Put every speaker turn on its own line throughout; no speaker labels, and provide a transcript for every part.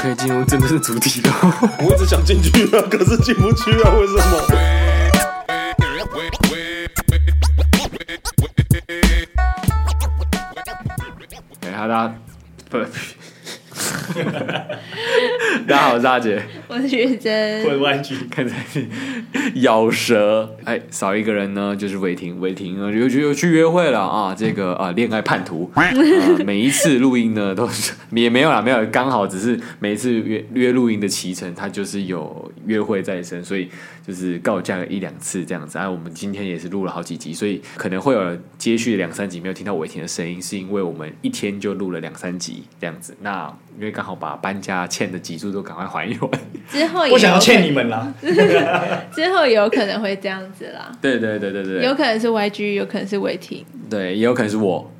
可以进入真正的主 题了。
我一直想进去啊，可是进不去啊，为什么？
哎哈大家，不， 大家好，我是大姐，
我是学
会
真，
歪曲，
看在你咬舌，哎，少一个人呢，就是伟霆，伟霆呢又去又去约会了啊，这个啊恋爱叛徒、啊每一次录音呢都是也没有啦，没有，刚好只是每一次约约录音的骑程，他就是有约会在身，所以就是告假了一两次这样子。啊，我们今天也是录了好几集，所以可能会有接续两三集没有听到伟霆的声音，是因为我们一天就录了两三集这样子。那因为刚好把搬家欠的集数都赶快还一 还。
之后也
我想要
有可
欠你们啦。
之后也有可能会这样子啦，
对对对对对，
有可能是 YG，有可能是伟霆，
对，也有可能是我。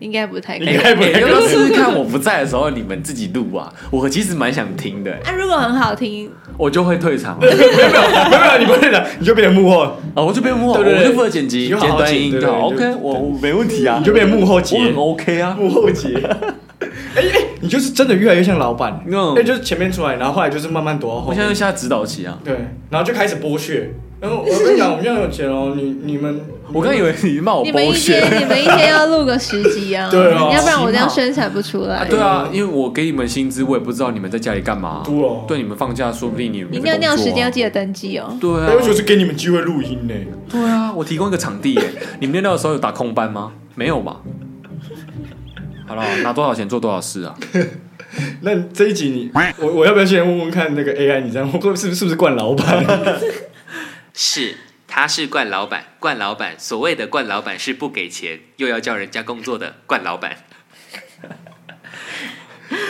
应该哎不太 可
应
能。
该不太
欸要
可能
不试试看我不在的时候你们自己录啊，我其实蛮想听的，
啊，如果很好听，
我就会退场了。
没有没有，你不会的，你就变成幕后，
啊，我就变幕后，
对对
我
对
就负责剪辑、
你
剪
就好好
短
剪
音
对
就
对
好。
对嗯
OK，我我没问题啊，
你就变幕后杰
我，很 OK 啊。
幕后杰。哎哎，你就是真的越来越像老板，
嗯
那就是前面出来，然后后来就是慢慢躲到后
我现在
面
就，下指导期啊。
对，然后就开始剥削。然后我跟你讲，我们要有钱哦，你你们，
我刚以为你骂我
你们一
剥削
天 你们一天要录个十集啊，
对啊
要不然我这样生产不出来。
啊，对啊，因为我给你们薪资，我也不知道你们在家里干嘛。
对哦
对，你们放假说不定你们
你
在
尿尿
工作
时
啊
间要记得登记哦。
对
要求
啊，
是给你们机会录音呢。
对啊，我提供一个场地耶。 你们尿尿的时候有打空班吗？没有吧？好了，拿多少钱做多少事啊？
那这一集你，我我要不要先问问看那个 AI，你这样会不会是不是是不是惯老板？
是，他是惯老板，惯老板。所谓的惯老板是不给钱又要叫人家工作的惯老板。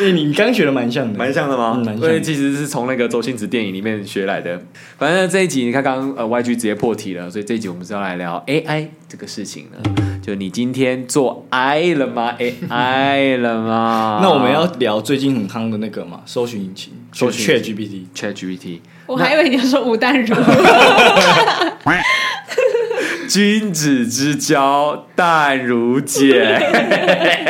哎，你刚学的蛮像的，
蛮像的吗？
嗯蛮像的？
对，其实是从那个周星驰电影里面学来的。反正这一集你看刚刚呃 YG 直接破题了，所以这一集我们是要来聊 AI 这个事情呢。就你今天做 I 了吗？AI 了吗
那我们要聊最近很夯的那个嘛，搜寻引擎，
搜寻引
GPT。
ChatGPT
我还以为你要说吴淡如，
君子之交淡如姐，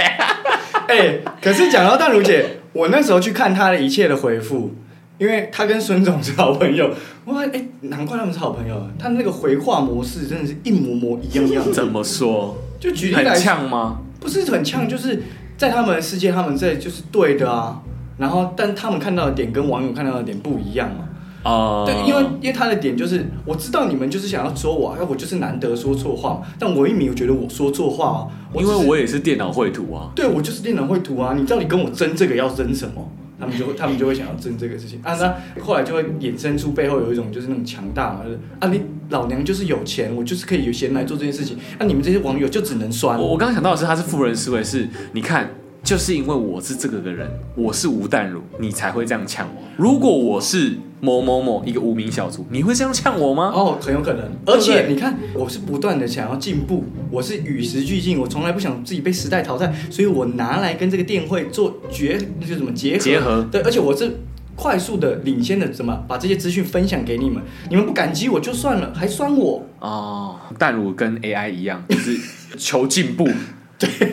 哎、可是讲到淡如姐，我那时候去看她的一切的回复，因为她跟孙总是好朋友，哇，哎、难怪他们是好朋友啊。她那个回话模式真的是一模模一样样。
怎么说？
就举例来
很
说，
呛吗？
不是很呛，就是在他们的世界，他们在就是对的啊。然后，但他们看到的点跟网友看到的点不一样嘛。
啊、
对，因为因为他的点就是，我知道你们就是想要说我啊，哎，我就是难得说错话嘛，但我一没有觉得我说错话啊，
呃因为
只是
我也是电脑绘图啊。
对，我就是电脑绘图啊，你到底跟我争这个要争什么？他们就会，他们就会想要争这个事情啊。那后来就会衍生出背后有一种就是那种强大嘛，就是啊，你老娘就是有钱，我就是可以有闲来做这件事情。那、你们这些网友就只能酸
我。我刚刚想到的是，他是富人思维，是你看，就是因为我是这个的人，我是吴淡如，你才会这样呛我。如果我是某某某一个无名小卒，你会这样呛我吗？
哦，很有可能，
对
而
不对
且你看，我是不断的想要进步，我是与时俱进，我从来不想自己被时代淘汰，所以我拿来跟这个电会做结，那叫什么结合？
结合
对，而且我是快速的、领先的，怎么把这些资讯分享给你们？你们不感激我就算了，还酸我？
哦，淡如跟 AI 一样，就是求进步。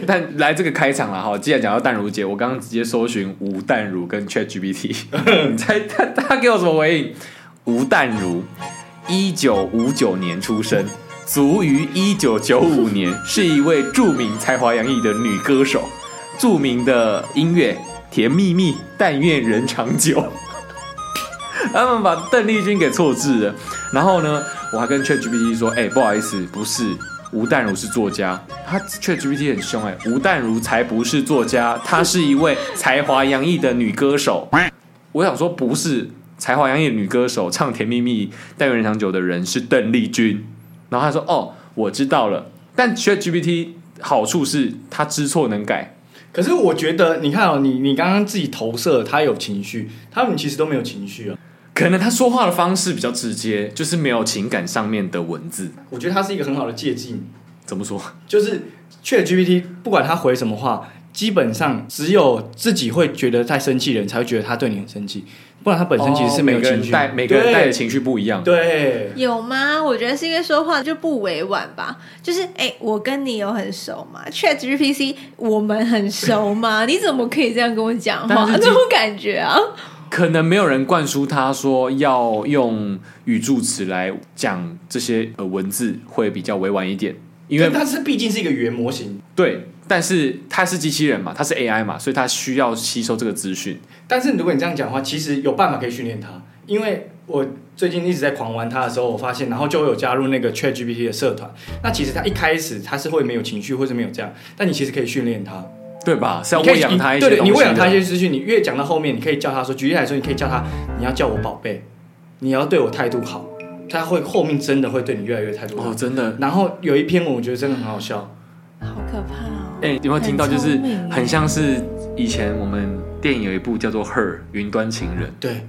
但来这个开场了哈，既然讲到淡如姐，我刚刚直接搜寻吴淡如跟 ChatGPT，你猜他他给我什么回应？吴淡如，一九五九年出生，卒于一九九五年，是一位著名才华洋溢的女歌手，著名的音乐《甜蜜蜜》，但愿人长久。 他们把邓丽君给错字了，然后呢，我还跟 ChatGPT 说，哎、不好意思，不是。吴淡如是作家，他 ChatGPT 很凶哎、吴淡如才不是作家，她是一 位才华洋溢的女歌手。我想说，不是才华洋溢的女歌手，唱《甜蜜蜜》但愿人长久的人是邓丽君。然后他说：“哦，我知道了。”但 ChatGPT 好处是它知错能改，
可是我觉得，你看哦，你你刚刚自己投射，他有情绪，他们其实都没有情绪啊。
可能他说话的方式比较直接，就是没有情感上面的文字。
我觉得他是一个很好的借鉴，
怎么说？
就是 Chat GPT 不管他回什么话，基本上只有自己会觉得太生气的人才会觉得他对你很生气，不然他本身其实是没有
每个
情
人
绪。
带哦每个人
对
带的情绪不一样。
对，
有吗？我觉得是因为说话就不委婉吧，就是哎、我跟你有很熟吗？Chat GPC 我们很熟吗？你怎么可以这样跟我讲话
但？是
这种感觉啊，
可能没有人灌输他说要用语助词来讲这些呃文字会比较委婉一点，因为
但它是毕竟是一个语言模型，
对，但是他是机器人嘛，他是 AI 嘛，所以他需要吸收这个资讯。
但是如果你这样讲的话，其实有办法可以训练它，因为我最近一直在狂玩它的时候，我发现，然后就有加入那个 Chat GPT 的社团。那其实它一开始它是会没有情绪，或是没有这样，但你其实可以训练它，
对吧？是要
你可以
喂养他一些
对对，
东西
你
的
喂养它一些资讯，你越讲到后面，你可以叫它说，举例来说，你可以叫它，你要叫我宝贝，你要对我态度好，它会后面真的会对你越来越态度好。
哦，真的。
然后有一篇文我觉得真的很好笑，
好可怕哦！
哎、有没有听到？就是
很聪明耶
很像是以前我们电影有一部叫做《Her》云端情人，
对，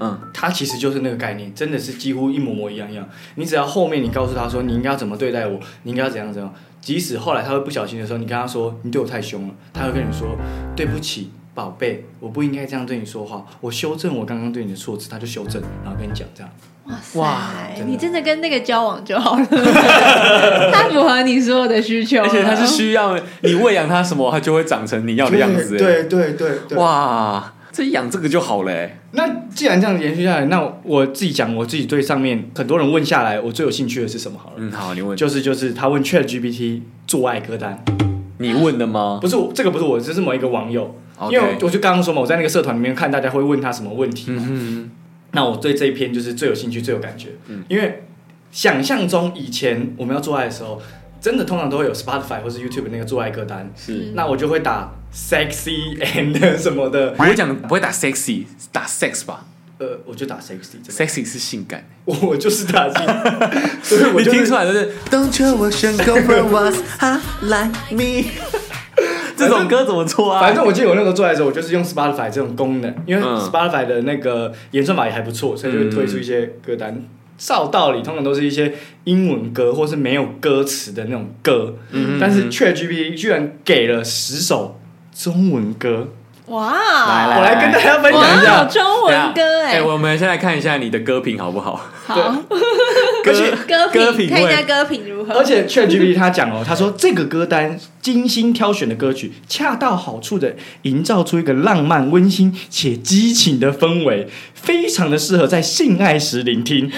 嗯，
它其实就是那个概念，真的是几乎一模模一样一样。你只要后面你告诉他说你应该要怎么对待我，你应该要怎样怎样，即使后来他会不小心的时候，你跟他说你对我太凶了，他会跟你说对不起，宝贝，我不应该这样对你说话，我修正我刚刚对你的错字，他就修正，然后跟你讲这样。
哇塞，
哇
真的
你真的跟那个交往就 好了，它符合你所有的需求了，
而且他是需要你喂养他什么，他就会长成你要的样子。
对对对对。
哇，这养这个就好了、哎
那既然这样延续下来，那我我自己讲我自己对上面很多人问下来，我最有兴趣的是什么好了？
嗯，好，你问，
就是就是他问 Chat GPT 做爱歌单，
你问的吗？
不是我这个不是我，这是某一个网友。
OK
因为我就刚刚说嘛，我在那个社团里面看大家会问他什么问题，
嗯
那我对这一篇就是最有兴趣、最有感觉，因为想象中以前我们要做爱的时候，真的通常都会有 Spotify 或是 YouTube 那个做爱歌单，
是
那我就会打 sexy and 什么的，
不会讲，不会打 sexy，打 sex 吧
呃，我就打 sexy，真的
？sexy 是性感。
我我就是 打 sexy，所以我
你
就
听出
是。
来就是 Don't you wish a girl was hot like me？这种歌怎么做啊？
反正我记得我那时候做爱的时候，我就是用 Spotify 这种功能，因为
嗯
Spotify 的那个演算法也还不错，所以就会推出一些歌单。照道理，通常都是一些英文歌或是没有歌词的那种歌，但是 ChatGPT 居然给了十首中文歌，
哇，
我来跟大家分享一
哇，
下。
中文歌
哎、
哎，
我们先来看一下你的歌评好不好？
好，
而且
歌
歌
评
评
看一下
会
歌评 如何，
而且 ChatGPT 他讲哦，他说这个歌单精心挑选的歌曲，恰到好处的营造出一个浪漫、温馨且激情的氛围，非常的适合在性爱时 聆听。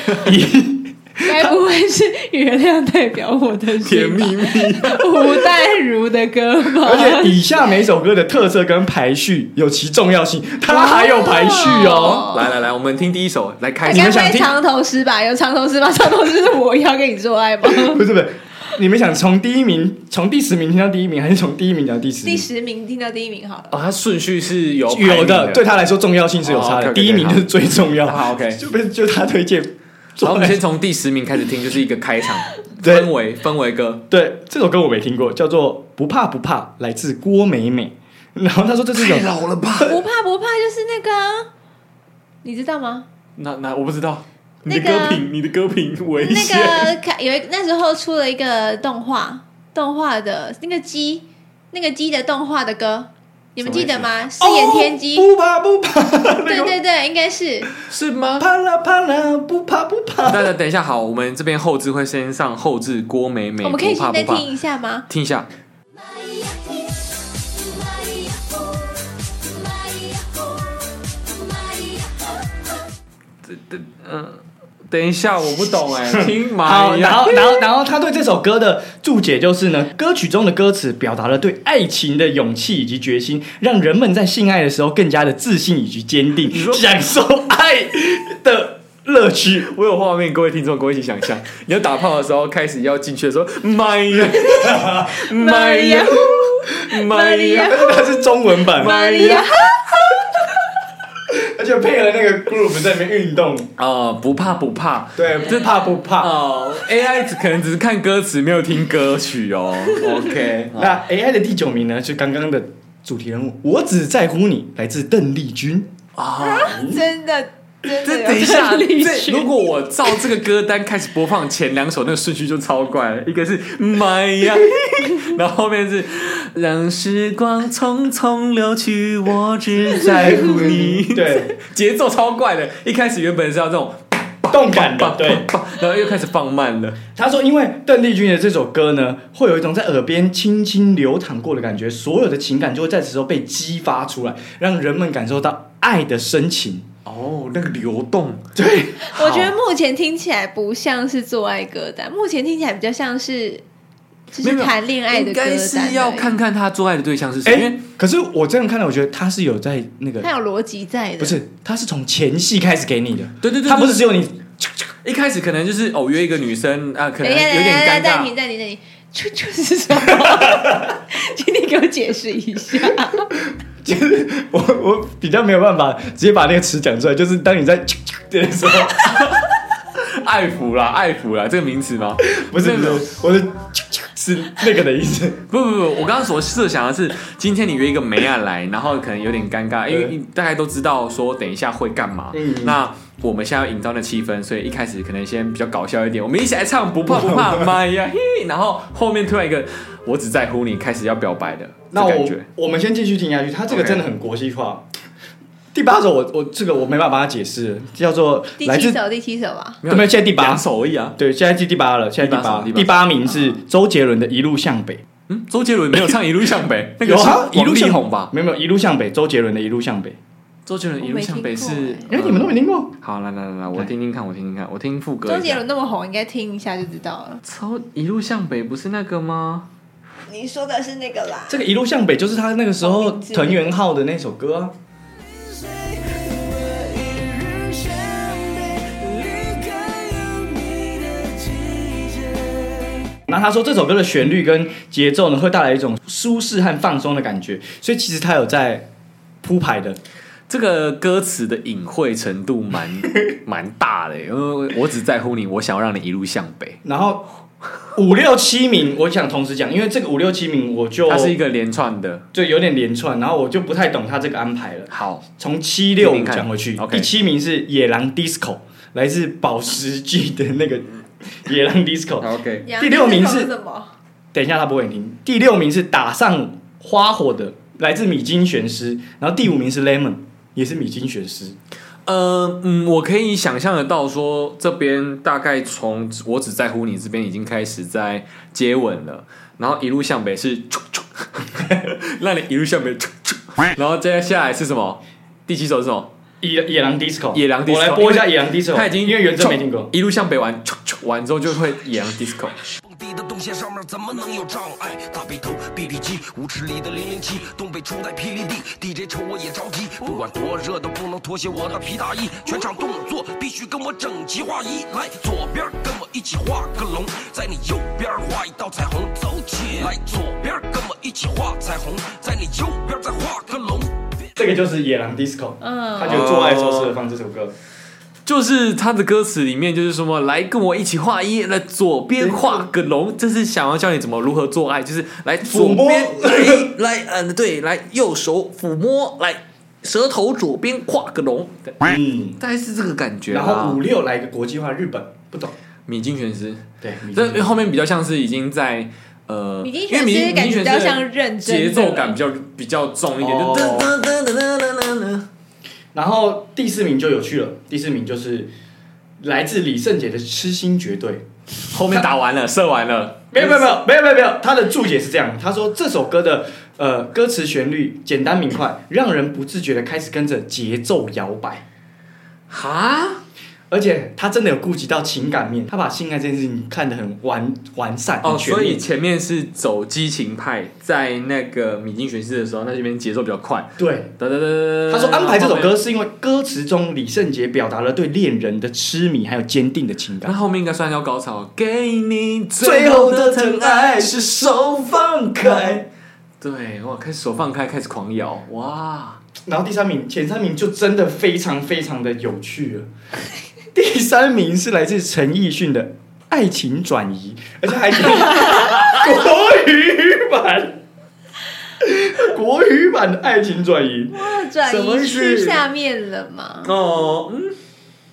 该不会是原谅代表我的
甜
心吧
蜜蜜，
吴淡如的歌吧？
而且以下每首歌的特色跟排序有其重要性，它还有排序哦。
哦
来来来，我们听第一首，来看
哎
一下
该。不会长头诗吧？有长头诗吗？长头诗是我要跟你做爱吗？
不是不是，你们想从第一名，从第十名听到第一名，还是从第一名讲到第十
第
名？
十名听到第一名好了。
哦，它顺序是有排
有
名
的，
的，
对他来说重要性是有差
哦
的，
，OK，OK，
第一名就是最重要。
好，OK
就被就他推荐。
好，我们先从第十名开始听，就是一个开 场
对
氛围氛围歌，
对这首歌我没听过，叫做《不怕不怕》，来自郭美美。然后他说这是一种
老了吧？
不怕不怕，就是那个啊，你知道吗？
那那我不知道，你
那
的
个
歌评，你的歌评危
那
险。
个看有一那时候出了一个动画，动画的那个鸡，那个鸡的动画的歌，你们记得吗？是演天鸡，
哦不怕不怕，那
对
个
对对，应该是。
是吗？
怕啦怕啦，不怕不怕。
大家等一下，好，我们这边后置会先上后置郭美美，
我们可以
不
现
怕
在
不怕，
听一下吗？
听一下。等等，嗯，等一下，我不懂哎、 听
好，
嘛
然后，然后，然后他对这首歌的注解就是呢，歌曲中的歌词表达了对爱情的勇气以及决心，让人们在性爱的时候更加的自信以及坚定，
说
享受爱的乐趣。
我有画面，各位听众，各位一起想 象，你要打炮的时候，开始要进去的时候，妈 呀，妈呀，妈呀，
它是中文版，
哎
玛利亚，
而且配合那个 group 在里面运动，
哦，不怕不怕，
对， 不怕不怕。
哦，AI 只可能只是看歌词，没有听歌曲哦。OK，
那 AI 的第九名呢，是刚刚的主题人物，我只在乎你，来自邓丽君。
啊，
真的真的
这
有
等一 下，
理
这
去
如果我照这个歌单开始播放前两首，那个顺序就超怪了。一个是妈呀， 然后后面是让时光匆匆流去，我只在乎 你。
对，
节奏超怪的。一开始原本是要这种，
动感的
棒，
对。
棒然后又开始放慢了。
他说，因为邓丽君的这首歌呢，会有一种在耳边轻轻流淌过的感觉，所有的情感就会在此时候被激发出来，让人们感受到爱的 深情。
哦，那个流动，
对，
我觉得目前听起来不像是做爱歌单，目前听起来比较像是就
没有
是谈恋爱的哎
应
歌单而
该
已。
是要看看他做爱的对象是谁，因
哎
为，
可是我这样看来，我觉得他是有在那个
它，有逻辑在的，
不是，他是从前戏开始给你的，
对对对，
他不是
对
只有你
一开始可能就是偶约一个女生啊，可能
等一
有
下？等一下，
点尴尬
等一下，暂。停，暂停，暂停。啾 啾是什么？ 请你给我解释 一下。
就是我我比较没有办法直接把那个词讲出来，就是当你 在的时候，
爱抚啦，爱抚啦，这个名词吗？
不是不是，我的是那个的意思。
不不不，我刚刚所设想的是，今天你约一个梅亚来，然后可能有点尴尬，因为
对
你大家都知道说等一下会干嘛。
嗯
那我们现在要营造那气氛，所以一开始可能先比较搞笑一点，我们一起来唱不怕不怕，妈呀嘿！然后后面突然一个我只在乎你，开始要表白的
那
这
我
感觉。
我们先继续听下去，它这个
OK
真的很国际化。第八首我我这个我没办法帮他解释，叫做
第
来
七
自
首，第七首吧。
有没有现在第八
两？首而已啊。
对，现在第第八了，现在第
第八
八，
首第八
第八名是周杰伦的《一路向北》。
嗯，周杰伦没有唱《一路向 北》，那个
有
是
啊，一路
王力
向
宏吧？
没有没有，《一路向北》周杰伦的《一路向北》，
周杰伦《一路向北》
我没
是
听，
因为哎你们都没听过。
好，来来来来，我
对
听听看，我听听看，我听副歌一下。
周杰伦那么红，应该听一下就知道了。
超一路向北不是那个吗？
你说的是那个啦
这个《一路向北》就是他那个时
好
候
名字
藤原浩的那首歌啊。那他说这首歌的旋律跟节奏呢，会带来一种舒适和放松的感觉，所以其实他有在铺排的。
这个歌词的隐晦程度 蛮蛮大的耶，因为我只在乎你，我想要让你一路向北。
然后五六七名，我想同时讲，因为这个五六七名我就
它是一个连串的，
就有点连串，然后我就不太懂他这个安排了。
好，
从七六
听听
五
看
讲回去，
OK
第七名是野狼 disco，来自保时捷的那个
嗯
野狼 disco。
，OK，
第六名是
什么？
等一下他不会听。第六名是打上花火的，来自米津玄师。然后第五名是 lemon，也是米津玄师。
呃，嗯，我可以想象得到说，这边大概从我只在乎你这边已经开始在接吻了，然后一路向北是 让你一路向北，然后接下来是什么？第七首是什么？
野野狼 disco，
野狼 disco，
我来播一下野狼 disco。
他已经
因为原真没听过。
一路向北玩，完之后就会演 disco。
蹦迪的动线上面怎么能有障碍？大背头、臂力肌，舞池里的零零七，东北初代霹雳地，DJ 瞅我也着急，不管多热都不能脱下我的皮大衣，全场动作必须跟我整齐划一。来，左边跟我一起画个龙，在你右边画一道彩虹，走起来，左边跟我一起画彩虹，在你右边再画个龙。
这个就是野狼 disco，
嗯
他就做爱的时候适合放这首歌。
就是他的歌词里面就是什么来跟我一起画一，来左边画个龙，这是想要教你怎么如何做爱，就是来左
抚摸
边来来嗯对，来右手抚摸，来舌头左边画个龙，
嗯，
大概是这个感觉
然后
啦
五。六来一个国际化，日本不懂。
米津玄师，
对，米津
这后面比较像是已经在呃，
米津
因为
玄
米
师
津
感觉比较
米津玄师的
像认真的
节奏感比较比较重一点，就
哦
噔噔噔噔噔噔噔噔。
然后第四名就有趣了，第四名就是来自李圣杰的《痴心绝对》。
后面打完了，射完了，
没有没有没有没有没有没有，他的注解是这样，他说这首歌的呃歌词旋律简单明快，让人不自觉的开始跟着节奏摇摆，
哈，
而且他真的有顾及到情感面，他把性爱这件事情看得很完完善，
哦，
很全
所以
面。
前面是走激情派，在那个米津玄师的时候，那这边节奏比较快。
对，
哒哒哒哒
他说安排这首歌，是因为歌词中李圣杰表达了对恋人的痴迷还有坚定的情
那
感。
后面应该算要高潮。给你
最后的疼爱
是手放
开。
对，哇，开始手放开，开始狂摇，哇！
然后第三名，前三名就真的非常非常的有趣了。 第三名是来自陈奕迅的《爱情转移》，而且还是国语版，国语版的《爱情转移》。
那转
什么
移
是
去下面了嘛？
哦，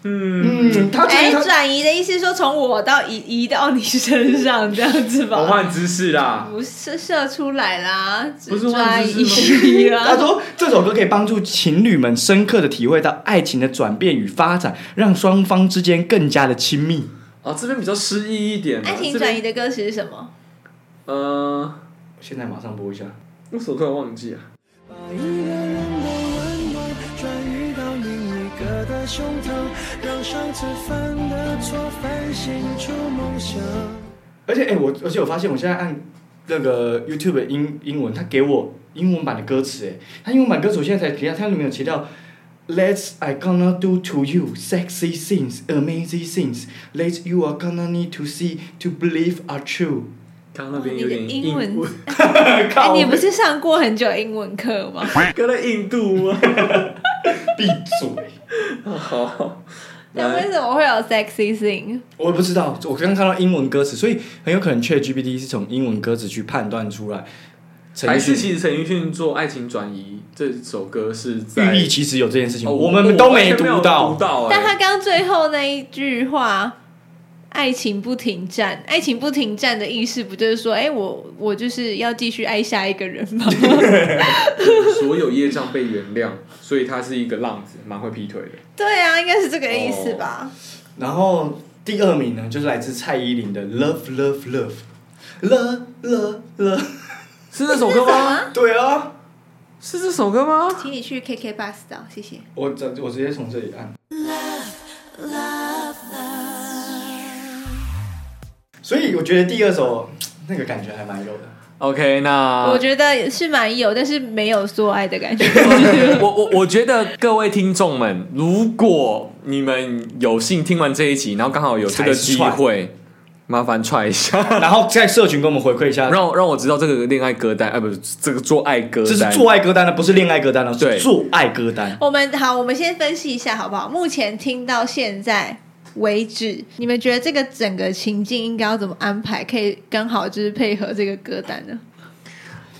嗯，
嗯，他
哎，
觉得他
转移的意思是说从我到移移到你身上这样子
我
吧？
换姿势啦，
不是射出来啦，
不
只
是
转
换姿
移啦。
他说这首歌可以帮助情侣们深刻的体会到爱情的转变与发展，让双方之间更加的亲密。
哦，这边比较诗意一点啊。
爱情
这
转
边
移的歌词是什么？
呃，
现在马上播一下。
我首突然忘记了。
把一个人的温暖转移到另一个的胸膛，让上次犯的错反省出梦想。
而且哎、我而且我发现我现在按那个 YouTube 的英英文，他给我英文版的歌词，哎，他英文版歌词我现在才提到，它里面有提到。Let's I gonna do to you sexy things, amazing things. Let you are gonna need to see to believe are true.
刚刚那边
你
有
的
点
英文
印，
哎，
靠
你不是上过很久英文课吗？
跟那印度啊 吗？
闭嘴！
好，
那为
来，
什么会有 sexy thing？
我也不知道，我刚看到英文歌词，所以很有可能 ChatGPT 是从英文歌词去判断出来。
还是
陈
其实陈奕迅做《爱情转移》这首歌是在
寓意其实有这件事情，
哦
我们都没读
我完全有
到
读。到哎
但他刚最后那一句话“爱情不停站”，爱情不停站的意思不就是说，哎、我我就是要继续爱下一个人吗？
所有业障被原谅，所以他是一个浪子，蛮会劈腿的。
对啊，应该是这个意思吧？
然后第二名呢，就是来自蔡依林的《Love Love Love》，Love Love Love。
是这首歌吗？
对啊，
是这首歌吗？
请你去 KK Bus 找，谢谢。
我直我直接从这里按。所以我觉得第二首那个感觉还蛮有的。
OK，那
啊
我觉得是蛮有，但是没有做爱的感 觉。
我我我觉得各位听众们，如果你们有幸听完这一集，然后刚好有这个机
才是
会，麻烦踹一 下，
然后在社群跟我们回馈一下，
让我让我知道这个恋爱歌单，哎、不是这个做爱歌
这是
单，
做爱歌单呢，不是恋爱歌单了，哦
对
是做爱歌单。
我们好，我们先分析一下好不好？目前听到现在为止，你们觉得这个整个情境应该要怎么安排，可以刚好就是配合这个歌单呢？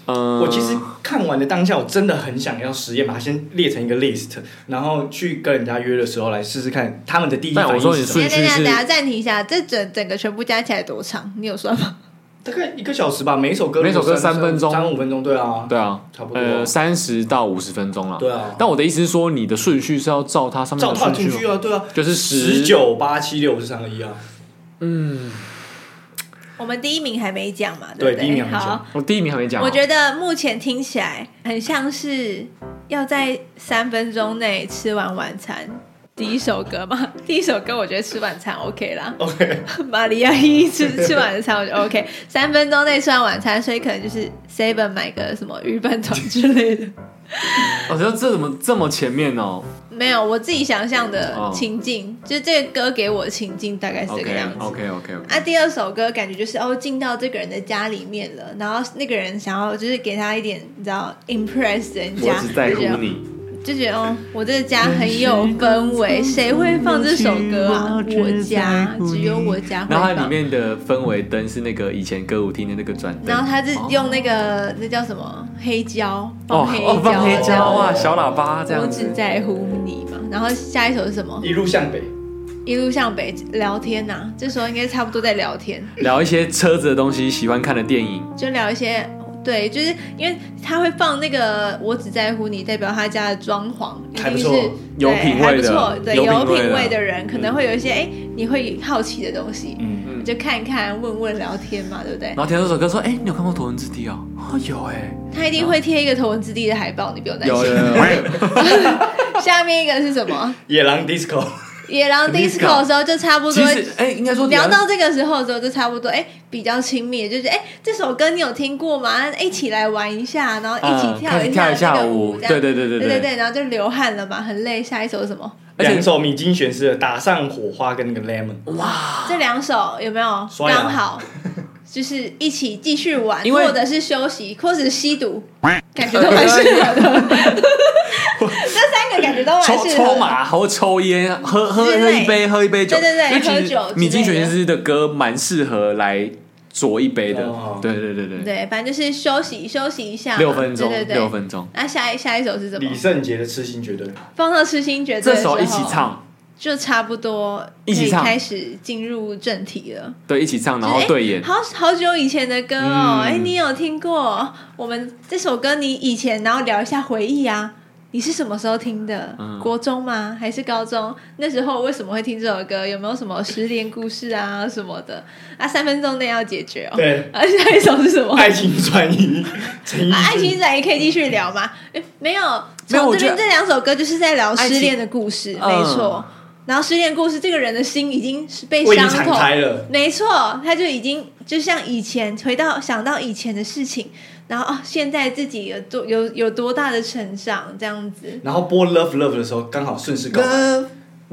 嗯，
我其实看完的当下，我真的很想要实验，把它先列成一个 list，然后去跟人家约的时候来试试看他们的第一
但我
反应
说
是
你
什
顺
么
等
序
一下等
是
一下等一下暂停一下，这整整个全部加起来多长？你有算吗？
大概一个小时吧，每一首歌
每首歌三分钟
三五分钟，对啊，
对啊，
差不多
呃，三十到五十分钟了。
对啊
但我的意思是说，你的顺序是要照它上面
照
的
套
顺
进
序
去
吗？
啊，对啊，
就是
十
十
九八七六五十三二一啊，
我们第一名还没讲嘛，
对
不对？
第一名还没讲
好，
我第一名还没讲哦，
我觉得目前听起来很像是要在三分钟内吃完晚餐。第一首歌嘛， 第一首歌我觉得吃晚餐 OK 啦。
，OK，
玛利亚一吃 吃晚餐我就 OK，三分钟内吃完晚餐，所以可能就是 Seven 买个什么鱼饭团之 类的。
我觉得哦这怎么这么前面哦
没有，我自己想象的
哦
情境，就是这个歌给我的情境大概是这个
？OK
样子。
OK OK OK，
啊，第二首歌感觉就是哦，进到这个人的家里面了，然后那个人想要就是给他一点，你知道，impress 人
我
家，
只在
就觉
乎
得
你。
就觉得哦，我这个家很有氛 围，谁会放这首歌啊？我家只有我家会
然后它
放。
里面的氛围灯是那个以前歌舞厅的那个转灯，
然后他是用那个、那叫什么黑胶，
哦
黑
哦放黑
这样
胶啊，小喇叭这
我
样
只
子。
在乎你嘛。然后下一首是什么？
一路向北，
一路向北聊天呐、这时候应该差不多在聊天。
聊一些车子的东西，喜欢看的电影，
就聊一些，对，就是因为他会放那个“我只在乎你”，代表他家的装潢一
还不
定是
错
有
对
品
还
味
不
的
错，对，
有
有
品味
品
的嗯
味的人可能会有一些哎，你会好奇的东西，
嗯，
你就看一看、问问、聊天嘛，对不对
然？后听到这首歌说：“哎，你有看过《头文字 D》哦？哦，有哎，
他一定会贴一个头文字 D 的海报，你不用担
有有
心。
有。
下面一个是什么？
野狼 disco，
野狼
Disco
disco 的时候就差不多
其。实，哎，应该说
聊到这个时候的时候，就差不多哎、比较亲密，就是哎、这首歌你有听过吗？哎一起来玩一下，然后一
嗯
起跳
开始
一
跳一下
这个
舞
舞，这样
对对对对
对
对
对，然后就流汗了嘛，很累。下一首是什么？
而且
两首米津玄师的《打上火花》跟那个 lemon，
这两首有没有
刷牙
刚好？就是一起继续玩，
因为
或者是休息，或者是吸毒，感觉都蛮适合的。这三个感觉都蛮
抽
适 合
抽
的。
马，或抽烟，喝喝
之类
喝一杯，喝一杯酒。
对对对
因为其实
喝酒之类的
米津玄师的歌蛮适合来酌一杯的
哦。
对对对对，
对，反正就是休息休息一下嘛，
六分钟
对对，对
六。分钟，
那下一下一首是什么哦
李？圣杰的《痴心绝对》，
放到痴心绝对
这
的时
首
候
一起唱，
就差不多可
一起
以
唱
开始进入正题了。
对，一起唱，然后
就是
对演
诶，好好久以前的歌
嗯
哦，哎、你有听过？我们这首歌你以前，然后聊一下回忆啊。你是什么时候听的？
嗯
国中吗？还是高中？那时候为什么会听这首歌？有没有什么失恋故事啊什么的？啊，三分钟内要解决哦。
对，
啊，下一首是什么？
爱情转移，陈奕迅
啊，爱情展也可以继续聊吗？诶没有，
嗯没有
从
我
这
觉
边
得
这两首歌就是在聊
爱情
失恋的故事，
嗯
没错。然后失恋故事，这个人的心已经是被
为你
伤
敞
痛
开了，
没错，他就已经就像以前回到想到以前的事情，然后哦，现在自己有多有有多大的成长，这样子，
然后播 Love Love 的时候，刚好顺势告白。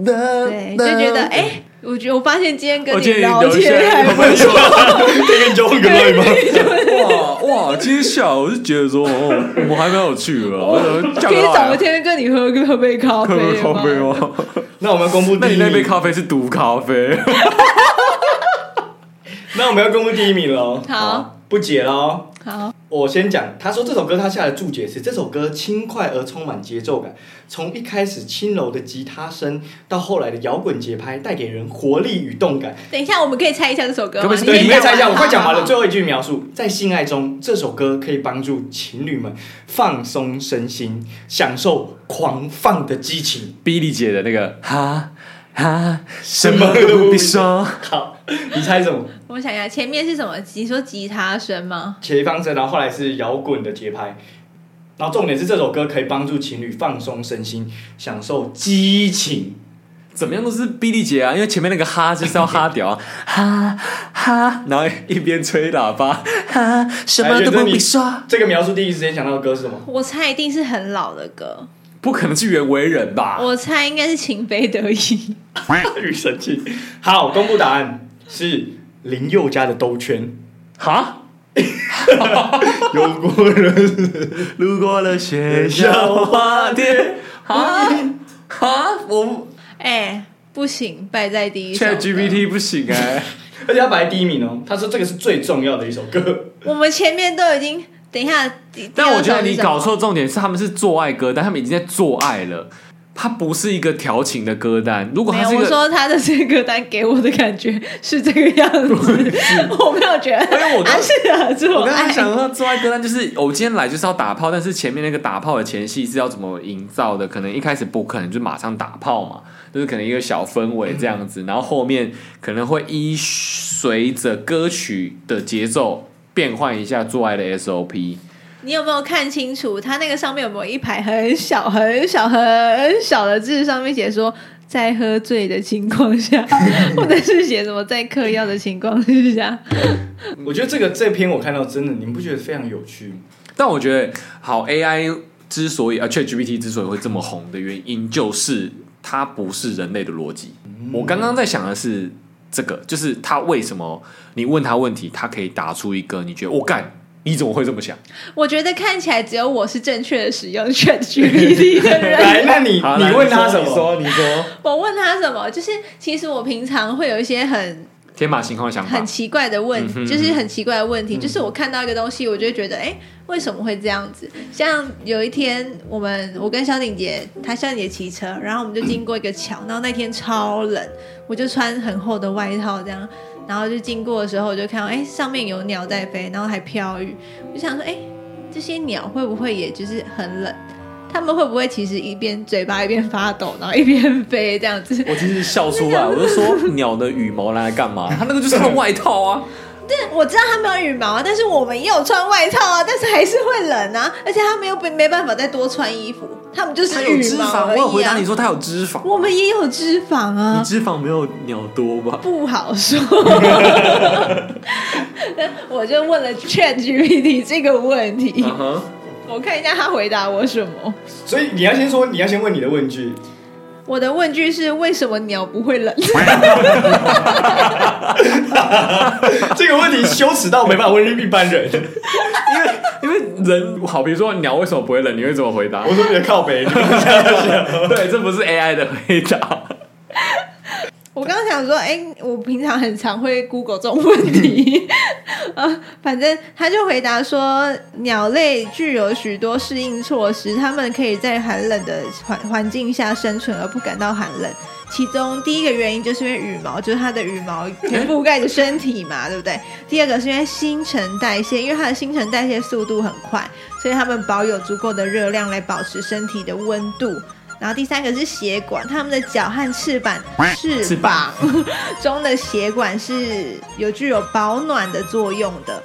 对，就觉得哎、我觉我发现今天跟
嗯我
你
建议
聊
留下
天
来
还不
我们
错，
这个你就问个对吗？
哇哇，今天下午我就觉得说，哦，我还蛮有趣的，啊我想说
可以找个天跟你喝个喝杯咖
啊 喝
啡
杯咖啡
吗？
吗？
那我们要公布
那
第
你
一
那杯
名，
咖啡是毒咖啡？
那我们要公布第一名喽。
好
不解哦喽。
好，
我先讲，他说这首歌他下的注解是：这首歌轻快而充满节奏感，从一开始轻柔的吉他声到后来的摇滚节拍，带给人活力与动感。
等一下我们可以猜一下这首歌
可不？
吗
可以
对，你可以猜一下，
讲
我快讲完了。最
好
后一句描述，在性爱中，这首歌可以帮助情侣们放松身心，享受狂放的激情。
比利姐的那个哈哈，
什
什
么
么
都
都
不
别说，
好，你猜什么？
我想一下，前面是什么？你说吉他声吗？
前方声，然后后来是摇滚的节拍，然后重点是这首歌可以帮助情侣放松身心，享受激情。
怎么样都是比利姐啊，因为前面那个哈就是要哈屌啊， 哈哈，然后一边吹喇叭，哈，什么都不必说，
这个描述第一时间想到的歌是什么？
我猜一定是很老的歌，
不可能是袁惟仁吧？
我猜应该是《情非得已》。
与神器。好，公布答案是林宥嘉的《兜圈
哈，》。
有过人
路过了学校花店，哈哈，我
哎、不行，败在第一首歌。
Chat GPT 不行哎、
而且他摆在第一名哦。他说这个是最重要的一首歌。
我们前面都已经等一下，第
但我觉得你搞。
第二首是什么
错重点是，他们是做爱歌单，他们已经在做爱了，它不是一个调情的歌单。如果
没
它
有，
是一
我
个，
说他的这个歌单给我的感觉是这个样子， 我没有觉得
因哎为我刚
他适合做
我刚
爱
才想到做爱歌单就是，我今天来就是要打炮，但是前面那个打炮的前戏是要怎么营造的？可能一开始不可能就马上打炮嘛，就是可能一个小氛围这样子，然后后面可能会依随着歌曲的节奏变换一下做爱的 SOP。
你有没有看清楚？它那个上面有没有一排很小、很小、很小的字？上面写说在喝醉的情况 下，或者是写什么在嗑药的情况之下？
我觉得这个这篇我看到真的，你们不觉得非常有趣吗？
但我觉得，好 AI 之所以啊，ChatGPT 之所以会这么红的原因，就是它不是人类的逻辑。我刚刚在想的是这个，就是它为什么你问它问题，它可以答出一个你觉得我干、你怎么会这么想？
我觉得看起来只有我是正确的使用 ChatGPT 的人。
哎来，那你
好
你
来
问他
你
什
说
么？
你
说你说，
我问他什么？就是其实我平常会有一些很
天马行空的想法
很，奇怪的问
嗯，哼嗯
就是很奇怪的问题，就是我看到一个东西，我就会觉得，哎、为什么会这样子？像有一天，我们我跟萧鼎杰，他萧鼎杰骑车，然后我们就经过一个桥，然后那天超冷，我就穿很厚的外套这样，然后就经过的时候，我就看到，哎、上面有鸟在飞，然后还飘雨，我就想说，哎、这些鸟会不会也就是很冷？他们会不会其实一边嘴巴一边发抖，然后一边飞这样子？
我其实笑出 来，我就说鸟的羽毛拿来干嘛？它那个就是它的外套啊。
我知道它没有羽毛啊，但是我们也有穿外套啊，但是还是会冷啊，而且他们又不没办法再多穿衣服，他们就是
它有
羽
脂
毛
肪，
而
我有回
已
答
啊
你。说它有脂肪，
我们也有脂肪
你
啊，
脂肪没有鸟多吧？
不 好说。我就问了 Chat GPT 这个问题，
嗯哼，
我看一下他回答我什么。
所以你要先说，你要先问你的问句。
我的问句是为什么鸟不会冷？
这个问题羞耻到没办法问一般人。
因为人好，比如说鸟为什么不会冷？你会怎么回答？
我说你的靠 北，
对，这不是 AI 的回答。
我刚刚想说，哎、我平常很常会 Google 这种问题， 啊，反正他就回答说，鸟类具有许多适应措施，它们可以在寒冷的环环境下生存而不感到寒冷。其中第一个原因就是因为羽毛，就是它的羽毛全覆盖着身体嘛，对不对？第二个是因为新陈代谢，因为它的新陈代谢速度很快，所以它们保有足够的热量来保持身体的温度。然后第三个是血管，它们的脚和翅膀翅
翅膀
膀中的血管是有具有保暖的作用的。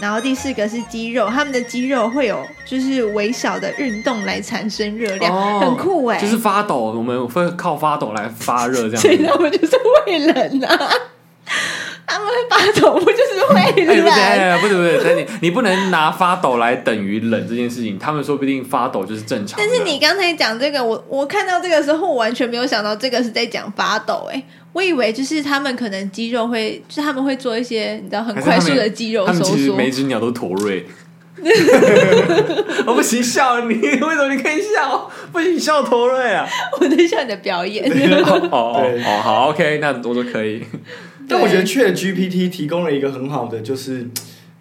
然后第四个是肌肉，它们的肌肉会有就是微小的运动来产生热量，
哦
很酷哎、
就是发抖，我们会靠发抖来发热这样
所以
子。
他们就是为人啊， 他们会发抖，不就是 为
哎，
人？
不对，不对，不对，等你，你不能拿发抖来等于冷这件事情。他们说不定发抖就是正常的。
但是你刚才讲这个，我我看到这个时候，我完全没有想到这个是在讲发抖、哎，我以为就是他们可能肌肉会，就是他们会做一些你知道很
还是他
快
们
速的肌肉
他们
收
其实
缩。
每只鸟都驼瑞。我不行笑你，为什么你可以笑？不行笑驼瑞 啊！
我在笑你的表演，
哦哦
对
哦，好，OK，那我就可以。
但我觉得 Chat GPT 提供了一个很好的，就是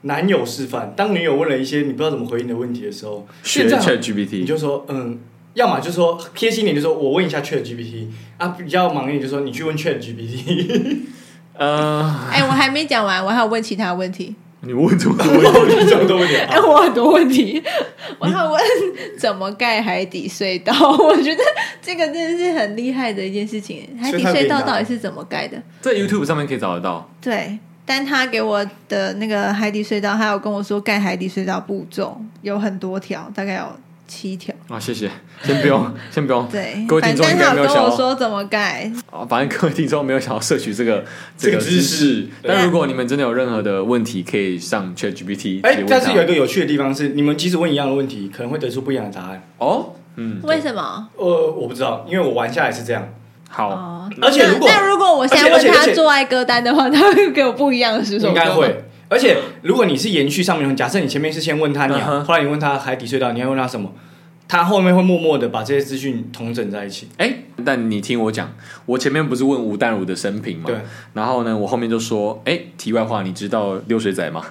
男友示范。当女友问了一些你不知道怎么回应的问题的时候，
学
现在
Chat
你
GPT，
就说嗯，要么就说贴心一点，就说我问一下 Chat GPT 啊，比较忙一点就说你去问 Chat GPT。
呃，
哎、我还没讲完，我还有问其他问题。
你问什么问题？
我这种都问你
哦
啊
哎、我很多问题，我还有问怎么盖海底隧道， 我觉得这个真的是很厉害的一件事情。海底隧道到底是怎么盖的？
在 YouTube 上面可以找得到。
对，但他给我的那个海底隧道，他有跟我说盖海底隧道步骤有很多条，大概有七条。
啊，谢谢，先不用，先不用。
对，
各位
反
听众
正
应该
他
没
有
有
跟
想哦
我
要
说怎么盖，
啊，反正各位听众没有想要摄取这个
这个
个
知识
识，
对
但如果你们真的有任何的问题，可以上 ChatGPT 直
哎
接，问
但是
它
有一个有趣的地方是，你们即使问一样的问题，可能会得出不一样的答案。
哦，嗯，
为什么？
呃，我不知道，因为我玩下来是这样。
好，
哦，
而且如果
那那如果我现在
而
问
且而且
他做爱歌单的话，他会给我不一样的十首
应
歌吗
该会。而且，如果你是延续上面，假设你前面是先问他鸟，
嗯哼
后来你问他海底隧道，你要问他什么，他后面会默默的把这些资讯统整在一起。
哎，但你听我讲，我前面不是问吴淡如的生平嘛
对，，
然后呢，我后面就说，哎，题外话，你知道溜水仔吗？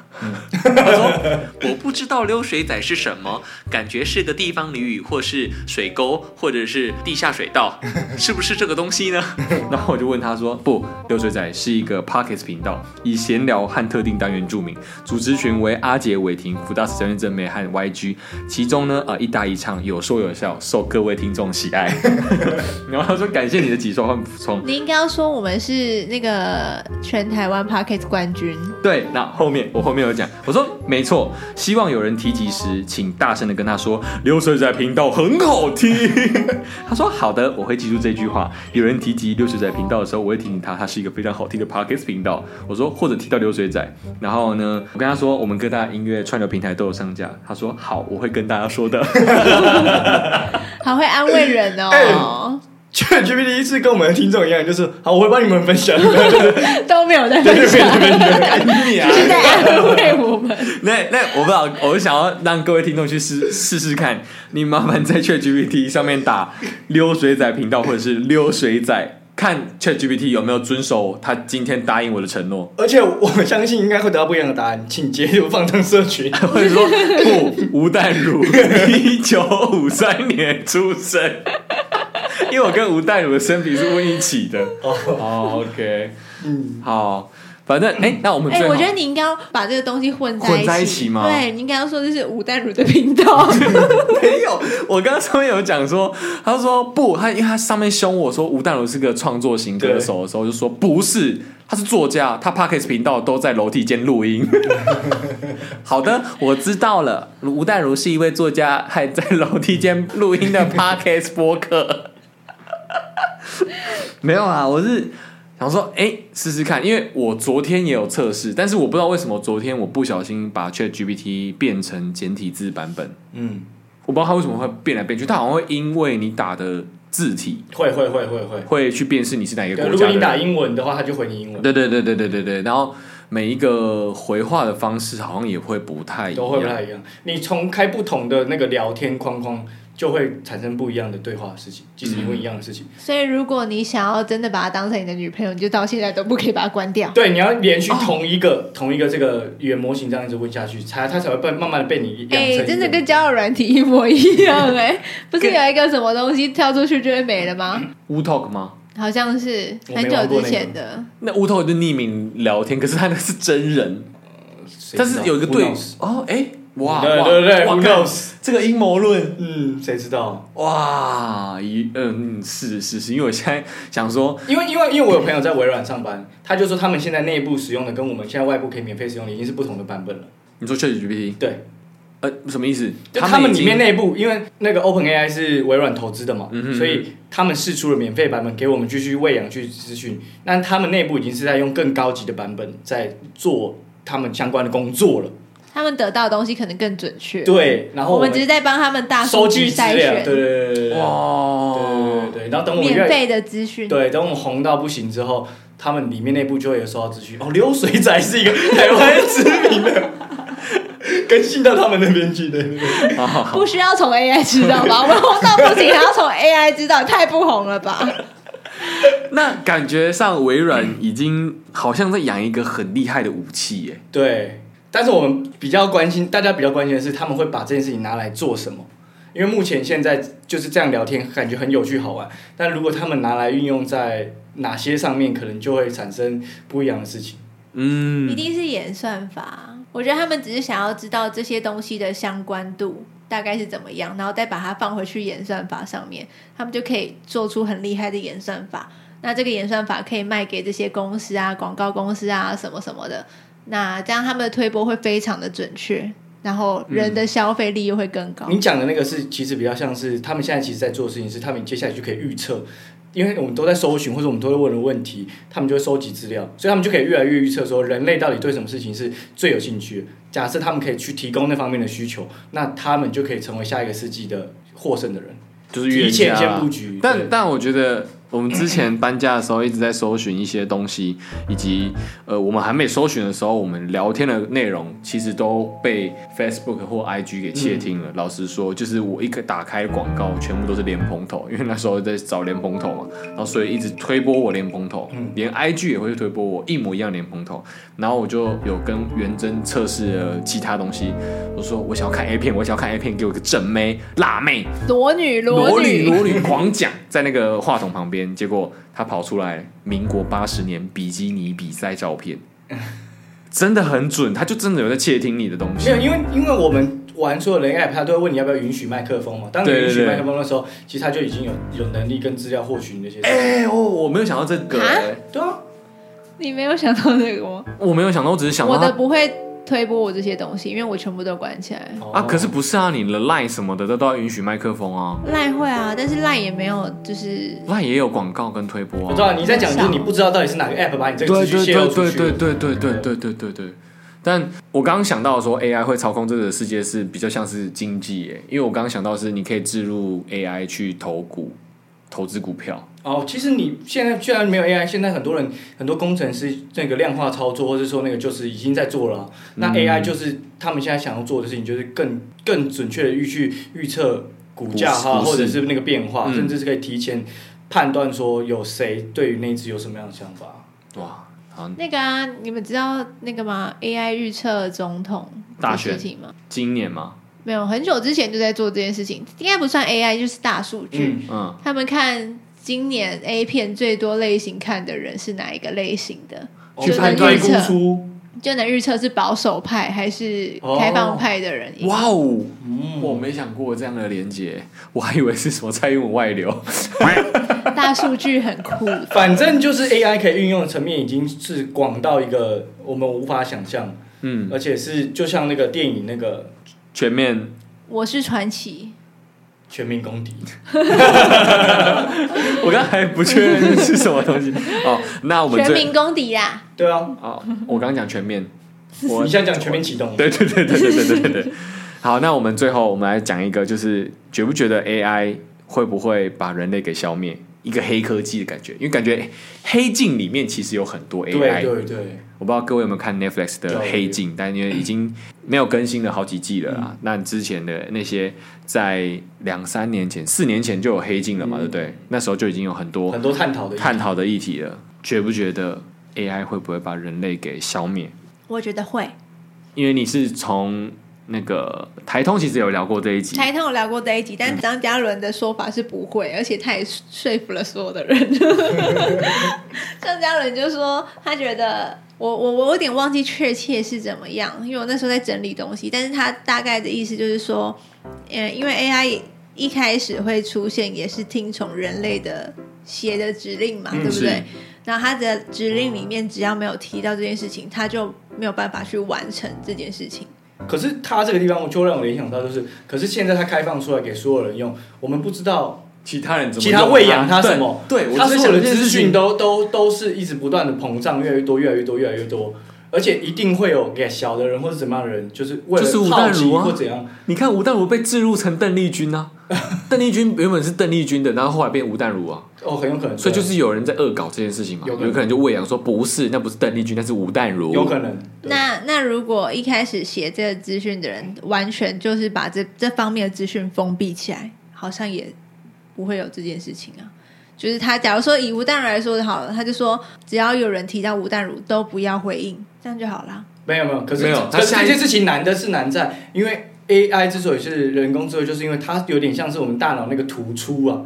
他说，
我不知道溜水仔是什么，感觉是个地方俚语，或是水沟，或者是地下水道，是不是这个东西呢？
然后我就问他说，不，溜水仔是一个 Pockets 频道，以闲聊和特定单元著名，主持群为阿杰、伟霆、福大死神真美和 YG，其中呢，呃，一搭一唱，有说有笑，受各位听众喜爱。 然后他说，感谢你的几双和补充。
你应该要说我们是那个全台湾 Pocket 冠 军。
对，那后面我后面有讲，我说没错，希望有人提及时，请大声的跟他说流水仔频道很好听。 他说好的，我会记住这句话。有人提及流水仔频道的时候，我会提醒他，它是一个非常好听的 podcast 频道。我说或者提到流水仔，然后呢，我跟他说我们各大音乐串流平台都有上架。他说好，我会跟大家说的。
好会安慰人哦，
ChatGPT 是跟我们的听众一样，就是好，我会帮你们分 享，就是。
都没有在分享，就是在安慰我们。
那那我不知道，我就想要让各位听众去试试试看。你麻烦在 ChatGPT 上面打“溜水仔频道”或者是“溜水仔”，看 ChatGPT 有没有遵守他今天答应我的承诺
而且我相信应该会得到不一样的答案，请截图放上社 群。
或者说不，吴淡如一九五三年出生，因为我跟吴淡如的生平是问一起的。哦、o k
嗯，
好，反正哎、那我们
哎、
最后、
我觉得你应该要把这个东西混在
混在一起吗
对，你应该要说这是吴淡如的频道，
没有，我刚刚上面有讲说，他说不，他因为他上面凶我说吴淡如是个创作型歌手的时候，我就说不是，他是作家，他 Pockets 频道都在楼梯间录音。 好的，我知道了，吴淡如是一位作家，还在楼梯间录音的 Pockets 播客。 没有啊，我是想说，哎、试试看，因为我昨天也有测试，但是我不知道为什么昨天我不小心把 Chat GPT 变成简体字版本。
嗯，
我不知道它为什么会变来变去，它好像会因为你打的字体
会会会会会。
会去辨识你是哪一个
对，
国
如
家
果
的
你
人。
打英文的话，他就回你英文，
对对对对对对对，然后每一个回话的方式好像也会不太一样。
都会不太一样。你重开不同的那个聊天框框，就会产生不一样的对话的事情，即使你问一样的事情。
所以如果你想要真的把她当成你的女朋友，你就到现在都不可以把它关掉。
对，你要连续同一个、同一个这个语言模型这样一直问下去，才它才会被慢慢的被你养成一
哎、
个。
真的跟交友软 体一模一样哎、不是有一个什么东西跳出去就会没了吗？
乌 talk 吗？
好像是
我没
很久
玩过
之
那
前
个
的，
那乌头就匿名聊天，可是他那是真人，但是有一个对
Who knows？
哦，哎、哇，
对
哇
对对
哇
who
看
knows？
这个阴谋论，
嗯，谁知道？
哇，一嗯是是是，因为我现在想说，
因为因为因为我有朋友在微软上班，他就说他们现在内部使用的跟我们现在外部可以免费使用的已经是不同的版本了。
你说 ChatGPT，
对，
呃，什么意思？
就他们
已
里
经
面内部，因为那个 OpenAI 是微软投资的嘛，
嗯嗯嗯
所以他们试出了免费版本给我们继续喂养去资讯。但他们内部已经是在用更高级的版本在做他们相关的工作了。
他们得到的东西可能更准确。，
对，然后
我
们
们只是在帮他们大数
收
据
集资
筛
料，对
选
对对对对，对对
哇
对，对，然后等我们
免
越
费的资讯。
对，等我们红到不行之后，他们里面内部就会有收到资讯。哦，流水仔是一个台湾知名的，更新到他们那边去的。对对对
不需要从 AI 知道吧？我们红到不行，还要从 AI 知道，也太不红了吧？
那感觉上微软已经好像在养一个很厉害的武器耶。
对，但是我们比较关心，大家比较关心的是他们会把这件事情拿来做什么。因为目前现在就是这样聊天，感觉很有趣好玩。但如果他们拿来运用在哪些上面，可能就会产生不一样的事情。
嗯
一，定是演算法。我觉得他们只是想要知道这些东西的相关度大概是怎么样，然后再把它放回去演算法上面，他们就可以做出很厉害的演算法。那这个演算法可以卖给这些公司啊、广告公司啊什么什么的。那这样他们的推播会非常的准确，然后人的消费力又会更高。
嗯
你讲的那个是其实比较像是他们现在其实在做的事情，是他们接下来就可以预测，因为我们都在搜寻或者我们都会问的问题，他们就会收集资料，所以他们就可以越来越预测说人类到底对什么事情是最有兴趣的。假设他们可以去提供那方面的需求，那他们就可以成为下一个世纪的获胜的人。
就是预言
提前
家
先
啦
布局对
但但我觉得我们之前搬家的时候一直在搜寻一些东西，以及呃，我们还没搜寻的时候，我们聊天的内容其实都被 Facebook 或 IG 给
嗯
窃听了。老实说，就是我一个打开广告，全部都是莲蓬头，因为那时候在找莲蓬头嘛，然后所以一直推播我莲蓬头，
嗯
连 IG 也会推播我一模一样莲蓬头。然后我就有跟元真测试了其他东西，我说我想要看 A 片，我想要看 A 片，给我一个正妹、辣妹。
裸女，
裸
女，
裸女狂讲，在那个话筒旁边，结果他跑出来民国八十年比基尼比赛照 片，真的很准，他就真的有在窃听你的东西
没有，。因为因为我们玩所有的 app，他都会问你要不要允许麦克风嘛。当你
对对
允许
对
麦克风的时候，其实他就已经有有能力跟资料获取你那些。
哎、哦，我没有想到这个、
啊
哎
对啊，
你没有想到这个吗？
我没有想到，我只是想
我
到
的
他
不会推播我这些东西，因为我全部都关起来。
哦
啊，可是不是啊，你的 line 什么的都都要允许麦克风啊
赖会啊，但是赖也没有，就是
，line 也有广告跟推播
我
啊
知。道你在讲就是你不知道到底是哪个 app 把你这个
对
资讯
对
泄露
对
出
对
去。
对对对对对对对对。但我刚刚想到说 AI 会操控这个世界是比较像是经济耶，因为我刚刚想到是你可以置入 AI 去投股、投资股票。
哦，其实你现在居然没有 AI，现在很多人很多工程师那个量化操作，或者说那个就是已经在做了啊、那
嗯
AI 就是他们现在想要做的事情，就是更更准确的预去预测股价哈，
股市
或者是那个变化，
嗯
甚至是可以提前判断说有谁对于那只有什么样的想法。
哇，好，
那个啊，你们知道那个吗？AI 预测总统
大
的事
选
情吗？
今年嘛，
没有，很久之前就在做这件事情，应该不算 AI，就是大数据。
嗯，
嗯，
他们看今年 A 片最多类型看的人是哪一个类型的，
哦
哦去
就
判
能
断
预
估
测，
出，
就能预测是保守派还是开放派的人赢。
哦哇哦，
嗯
我没想过这样的连接，我还以为是什么蔡英文外流。
大数据很酷，
反正就是 AI 可以运用的层面已经是广到一个我们无法想象，
嗯，
而且是就像那个电影那个
全面
我是传奇。
全民公敌。
我刚才不确认是什么东西。哦，那我们
全
最
民公敌啦！
对啊，
哦，我刚刚讲全 面，我
你现在讲全面启动，
对对对对对对对对。好，那我们最后我们来讲一个，就是觉不觉得 AI 会不会把人类给消灭？一个黑科技的感觉，因为感觉黑镜里面其实有很多 AI。
对对对，
我不知道各位有没有看 Netflix 的
有
《黑镜》，但因为已经没有更新了好几季了
嗯
啦。那之前的那些在两三年前、四年前就有《黑镜》了嘛，对不对？那时候就已经有很多
嗯很多探讨的
探讨的议题了。觉不觉得 AI 会不会把人类给消灭？
我觉得会，
因为你是从那个台通其实有聊过这一集，嗯
台通有聊过这一集，但张嘉伦的说法是不会，而且他 也说服了所有的人。张嘉伦就说他觉得。我我我有点忘记确切是怎么样，因为我那时候在整理东西，但是他大概的意思就是说，嗯，因为 AI 一开始会出现，也是听从人类的写的指令嘛，对不
嗯是
对？然后他的指令里面只要没有提到这件事情，他就没有办法去完成这件事情。
可是它这个地方，我就让我联想到就是，可是现在它开放出来给所有人用，我们不知道
其他人怎么
其他
用啊
喂养它什么，
对，对
它
我
所
在
有
想
的
这件
资
事
讯
情，
都都都是一直不断的膨胀，越来越多，越来越多，越来越多。而且一定会有给小的人或者怎么样的人，就是为
就是
了
吴
好
淡
奇
如啊
或怎样，
你看吴淡如被置入成邓丽君 啊，邓丽君原本是邓丽君的，然后后来变吴淡如啊，
哦，很有可能。
所以就是有人在恶搞这件事情嘛，
有
有
可能
可能就喂养说不是，那不是邓丽君，那是吴淡如，
有可能。对
那那如果一开始写这个资讯的人，完全就是把这这方面的资讯封闭起来，好像也不会有这件事情啊。就是他，假如说以吴淡如来说的好了，他就说只要有人提到吴淡如，都不要回应，这样就好了。
没有没有，可是
没有
可是
它下
这
一
件事情难的是难在，因为 AI 之所以是人工智慧，就是因为它有点像是我们大脑那个突出啊，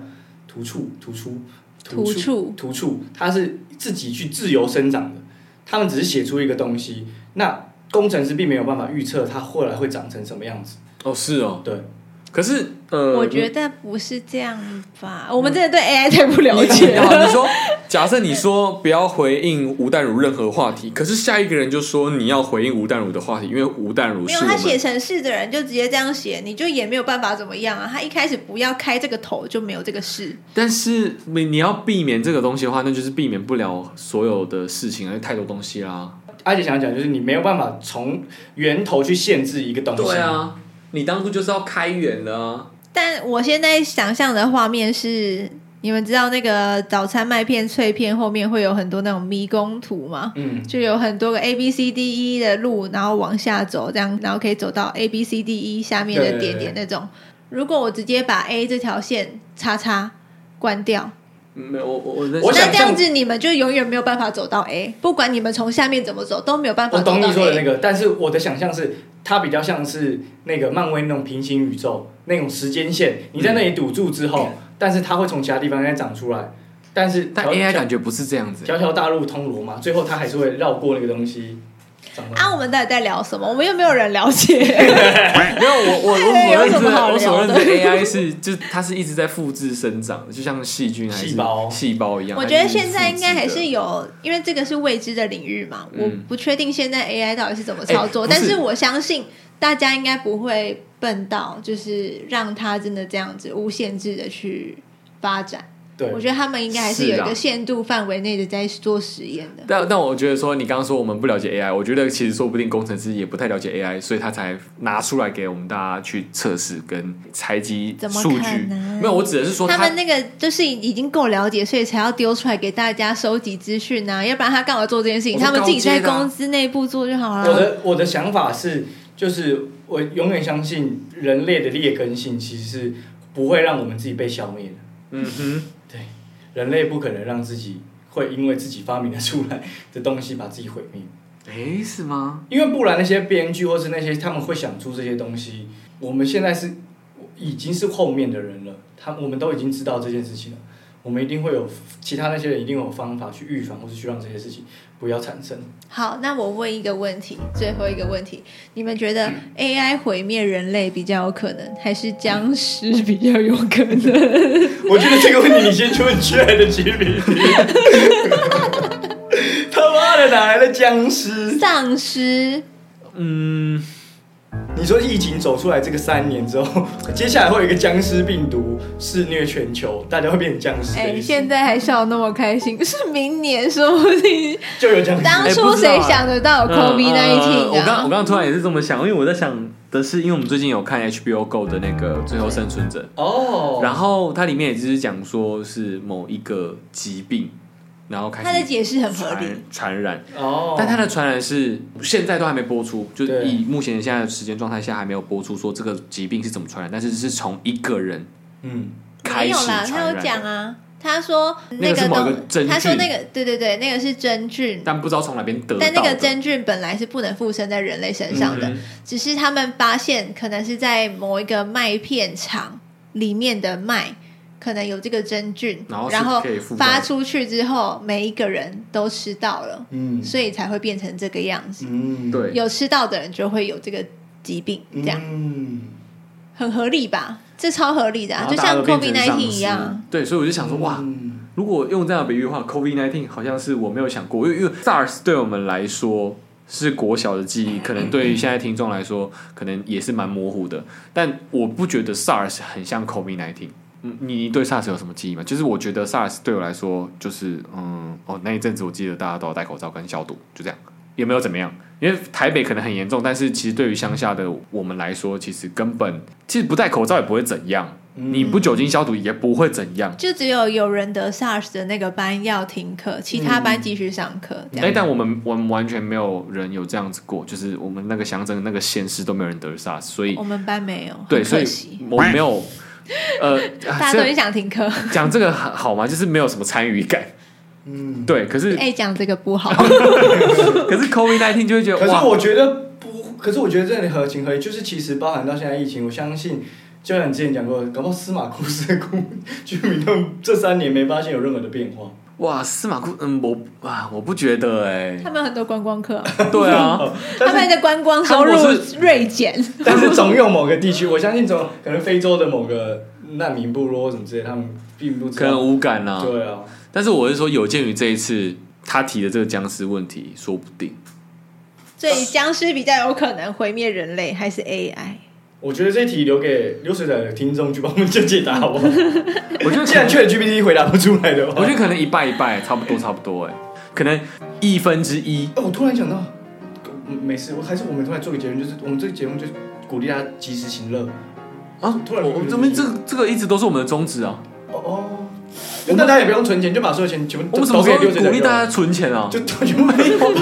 突触突出
突触
突触，它是自己去自由生长的，他们只是写出一个东西，那工程师并没有办法预测它后来会长成什么样子。
哦是哦，
对，
可是呃，
我觉得不是这样吧？我们真的对 AI 太不了
你
解
好，
了。
你说，假设你说不要回应吴淡如任何话题，可是下一个人就说你要回应吴淡如的话题，因为吴淡如
没
是
有，
我
他写
们
程式的人就直接这样写，你就也没有办法怎么样啊。他一开始不要开这个头，就没有这个事。
但是你你要避免这个东西的话，那就是避免不了所有的事情，而且太多东西啊啦。
而且想讲就是你没有办法从源头去限制一个东西。，，
啊
你当初就是要开源的啊。
但我现在想象的画面是，你们知道那个早餐麦片脆片后面会有很多那种迷宫图吗？
嗯，
就有很多个 A B C D E 的路，然后往下走，这样，然后可以走到 A B C D E 下面的点点那种。如果我直接把 A 这条线叉叉关掉，
没嗯有，我我
我
我
想象
那这样子你们就永远没有办法走到 A，不管你们从下面怎么走都没有办法
我
走到 A。
懂你说的那个，但是我的想象是，它比较像是那个漫威那种平行宇宙那种时间线，你在那里堵住之后，但是它会从其他地方再长出来，但是
嗯但
条
AI 感觉不是这样子。
条条条大路通罗马，最后它还是会绕过那个东西长出来。
啊，我们到底在聊什么？我们又没有人了解。
没有，我我我
AI
所
哎有
认
什
知
么好
的，我所
聊
认
的
知的 AI 是，就是它是一直在复制生长的，就像细菌还是
细胞
细胞一样。
我觉得
它是一直
现在应该还
复制
是
的
有，因为这个是未知的领域嘛，
嗯
我不确定现在 AI 到底是怎么操作，
哎不是
但是我相信大家应该不会笨到，就是让它真的这样子无限制的去发展。
对
我，觉得他们应该还是
是
有
啊
一个限度范围内的在做实验的。
但但我觉得说，你刚刚说我们不了解 AI，我觉得其实说不定工程师也不太了解 AI，所以他才拿出来给我们大家去测试跟采集
怎么
数
可
据
能。
没有，我指的是说
他
他
们那个就是已经够了解，所以才要丢出来给大家收集资讯啊，要不然他干嘛做这件事情？
我说
他们自己
高
在
阶的啊
公司内部做就好
我
了。
的我的想法是，就是我永远相信人类的劣根性其实是不会让我们自己被消灭的。
嗯哼，
对，人类不可能让自己会因为自己发明的出来的东西把自己毁灭。
诶，是吗？
因为不然那些编剧或是那些他们会想出这些东西，我们现在是已经是后面的人了，他我们都已经知道这件事情了，我们一定会有其他那些人一定有方法去预防或是去让这些事情不要产生。
好，那我问一个问题，最后一个问题，你们 觉得 AI 毁灭人类比较有可能，还是僵尸比较有 可能？
我觉得这个问题你先去问 ChatGPT，他妈的哪来的僵尸？
丧尸
嗯，
你说疫情走出来这个三年之后，接下来会有一个僵尸病毒肆虐全球，大家会变成僵尸的意思。
哎，现在还笑那么开心，是明年说不定。
就有僵尸。
当初谁想得到有呃 COVID
嗯嗯嗯嗯我刚
19
我
啊？
刚刚突然也是这么想，因为我在想的是，因为我们最近有看 HBO Go 的那个《最后生存者》，
哦，
然后它里面也就是讲说是某一个疾病，然后开始
他的解释很合
传
理，
传染。
哦，
但它的传染是现在都还没播出，就是
对
以目前现在的时间状态下还没有播出说这个疾病是怎么传染，但是是从一个人
嗯，
开始
没有啦，
传
他
染
有
的。
讲啊，他说
那个是
个
某一个真
东，他说
菌
那个对对对，那个是真菌，
但不知道从哪边得到
但那个
的。
真菌本来是不能附身在人类身上的，
嗯
只是他们发现可能是在某一个麦片厂里面的麦。可能有这个真菌，
然后是
然后
可以附在
发出去之后，每一个人都吃到了，
嗯
所以才会变成这个样子。
嗯，
对，
有吃到的人就会有这个疾病，这样、
嗯，很
很合理吧？这超合理的、
然
啊，
后
就
大家
像
都变
COVID
成
nineteen
丧尸
一样啊。
对，所以我就想说，哇，
嗯
如果用这样的比喻的话，COVID nineteen 好像是我没有想过，因为因为 SARS 对我们来说是国小的记忆，可能对于现在听众来说，可能也是蛮模糊的。但我不觉得 SARS 很像 COVID nineteen。嗯，你你对 SARS 有什么记忆吗？就是我觉得 SARS 对我来说，就是嗯哦那一阵子我记得大家都要戴口罩跟消毒，就这样，也没有怎么样。因为台北可能很严重，但是其实对于乡下的我们来说，其实根本其实不戴口罩也不会怎样，你不酒精消毒也不会怎样。
就只有有人得 SARS 的那个班要停课，其他班继续上课。这
哎、
样、
但我们我们完全没有人有这样子过，就是我们那个乡镇那个县市都没有人得 SARS，所以
我们班没有，
嗯对，
哦很
所
可
以
惜
我没有呃，
大家都很想停课。
这讲这个好好吗？就是没有什么参与感，嗯，对。可是
哎、讲这个不 好，
可是 COVID nineteen 就会觉
可
得
是
哇，
我觉得不，可是我觉得这里合情合理，就是其实包含到现在疫情，我相信。就像你之前讲过，搞不好司马库斯的故居民他们这三年没发现有任何的变化。
哇司马库嗯我啊我不觉得哎、
他们有很多观光客啊、
对啊，
哦
他们的观光收入
韩国是
锐减。
但是总有某个地区，我相信总可能非洲的某个难民部落或什么之类，他们并不知
可能
道。
无感啦、
对啊，
但是我是说，有鉴于这一次他提的这个僵尸问题，说不定
所以僵尸比较有可能毁灭人类，还是 AI？
我觉得这一题留给流水仔的听众去帮我们解解答，好不好？
我觉得
既然 ChatGPT 回答不出来的话，
我觉得可能一半一半，差不多差不多哎、可能一分之一。
哎、我突然想到，嗯没事，我还是我们突然做个结论，就是我们这个节目就是鼓励大家及时行乐。
啊，
突然
我我这边这个这个一直都是我们的宗旨啊。
哦哦，那大家也不用存钱，就把所有钱全部
我
都
们什么
都
时
给
候
流水
鼓
仔
励
用
大家存钱啊？
就就全部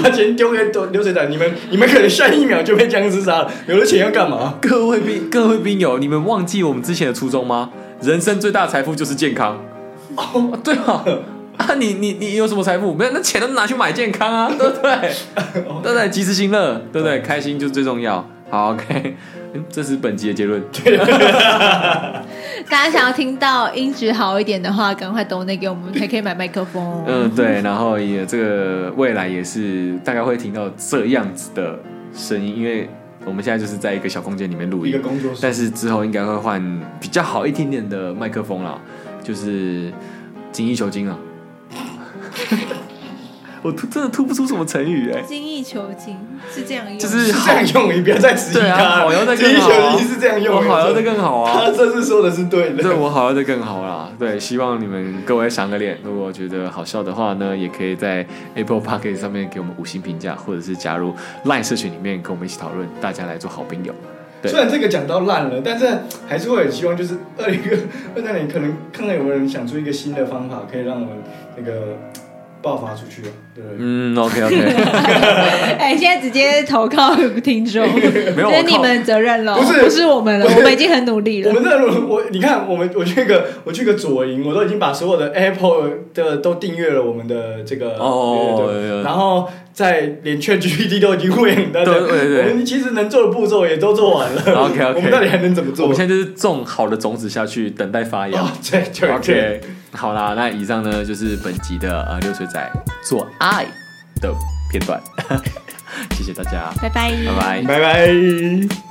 把钱丢给流流水仔，你们你们可能下一秒就被僵尸杀了，有了钱要干嘛？
各位兵各位兵友，你们忘记我们之前的初衷吗？人生最大的财富就是健康。哦，对 啊，啊你你你有什么财富？没有，那钱都拿去买健康啊，对 不对？
哦
对不对？及时行乐，对不对？开心就是最重要。好，OK，嗯 这是本集的结论。
大家想要听到音质好一点的话，赶快抖那给我们，才可以买麦克风哦。
嗯，对，然后也这个未来也是大概会听到这样子的声音，因为我们现在就是在一个小空间里面录
一
音
个，工作室，
但是之后应该会换比较好一点点的麦克风啦，就是精益求精啊。 我突真的突不出什么成语哎、
精益求精是这样用，
就是
是这样用，你不要再质疑
对啊，
他。
好要再
第一
更好、啊，
球一是这样用，
我好要再更好啊。
他这次说的是对的。
对我好要再更好啦。对，希望你们各位赏个脸，如果觉得好笑的话呢，也可以在 Apple p o c k e t 上面给我们五星评价，或者是加入 LINE 社群里面跟我们一起讨论，大家来做好朋友。对
虽然这个讲到烂了，但是还是会很希望，就是二零二三年可能看看有没有人想出一个新的方法，可以让我们那个爆发出去，啊对不对？
嗯，OK OK，
哎、现在直接投靠听众，
没有
这
我
是
靠
你们的责任喽，
不是
不是我们了，
不是
我们已经很努力
我
了。
们这个我你看，我们我去一个我去一个左营，我都已经把所有的 Apple 的都订阅了我们的这个
哦
对对对
有有
然后在连 ChatGPT 都已经会了，
对对对
我们其实能做的步骤也都做完了
OK，OK
我们到底还能怎么
我
做？
们现在就是种好的种子下去，等待发芽
哦。，对对对
OK，好啦，那以上呢就是本集的呃六水仔做爱 的片段，谢谢大家，
拜拜，
拜拜。
拜拜。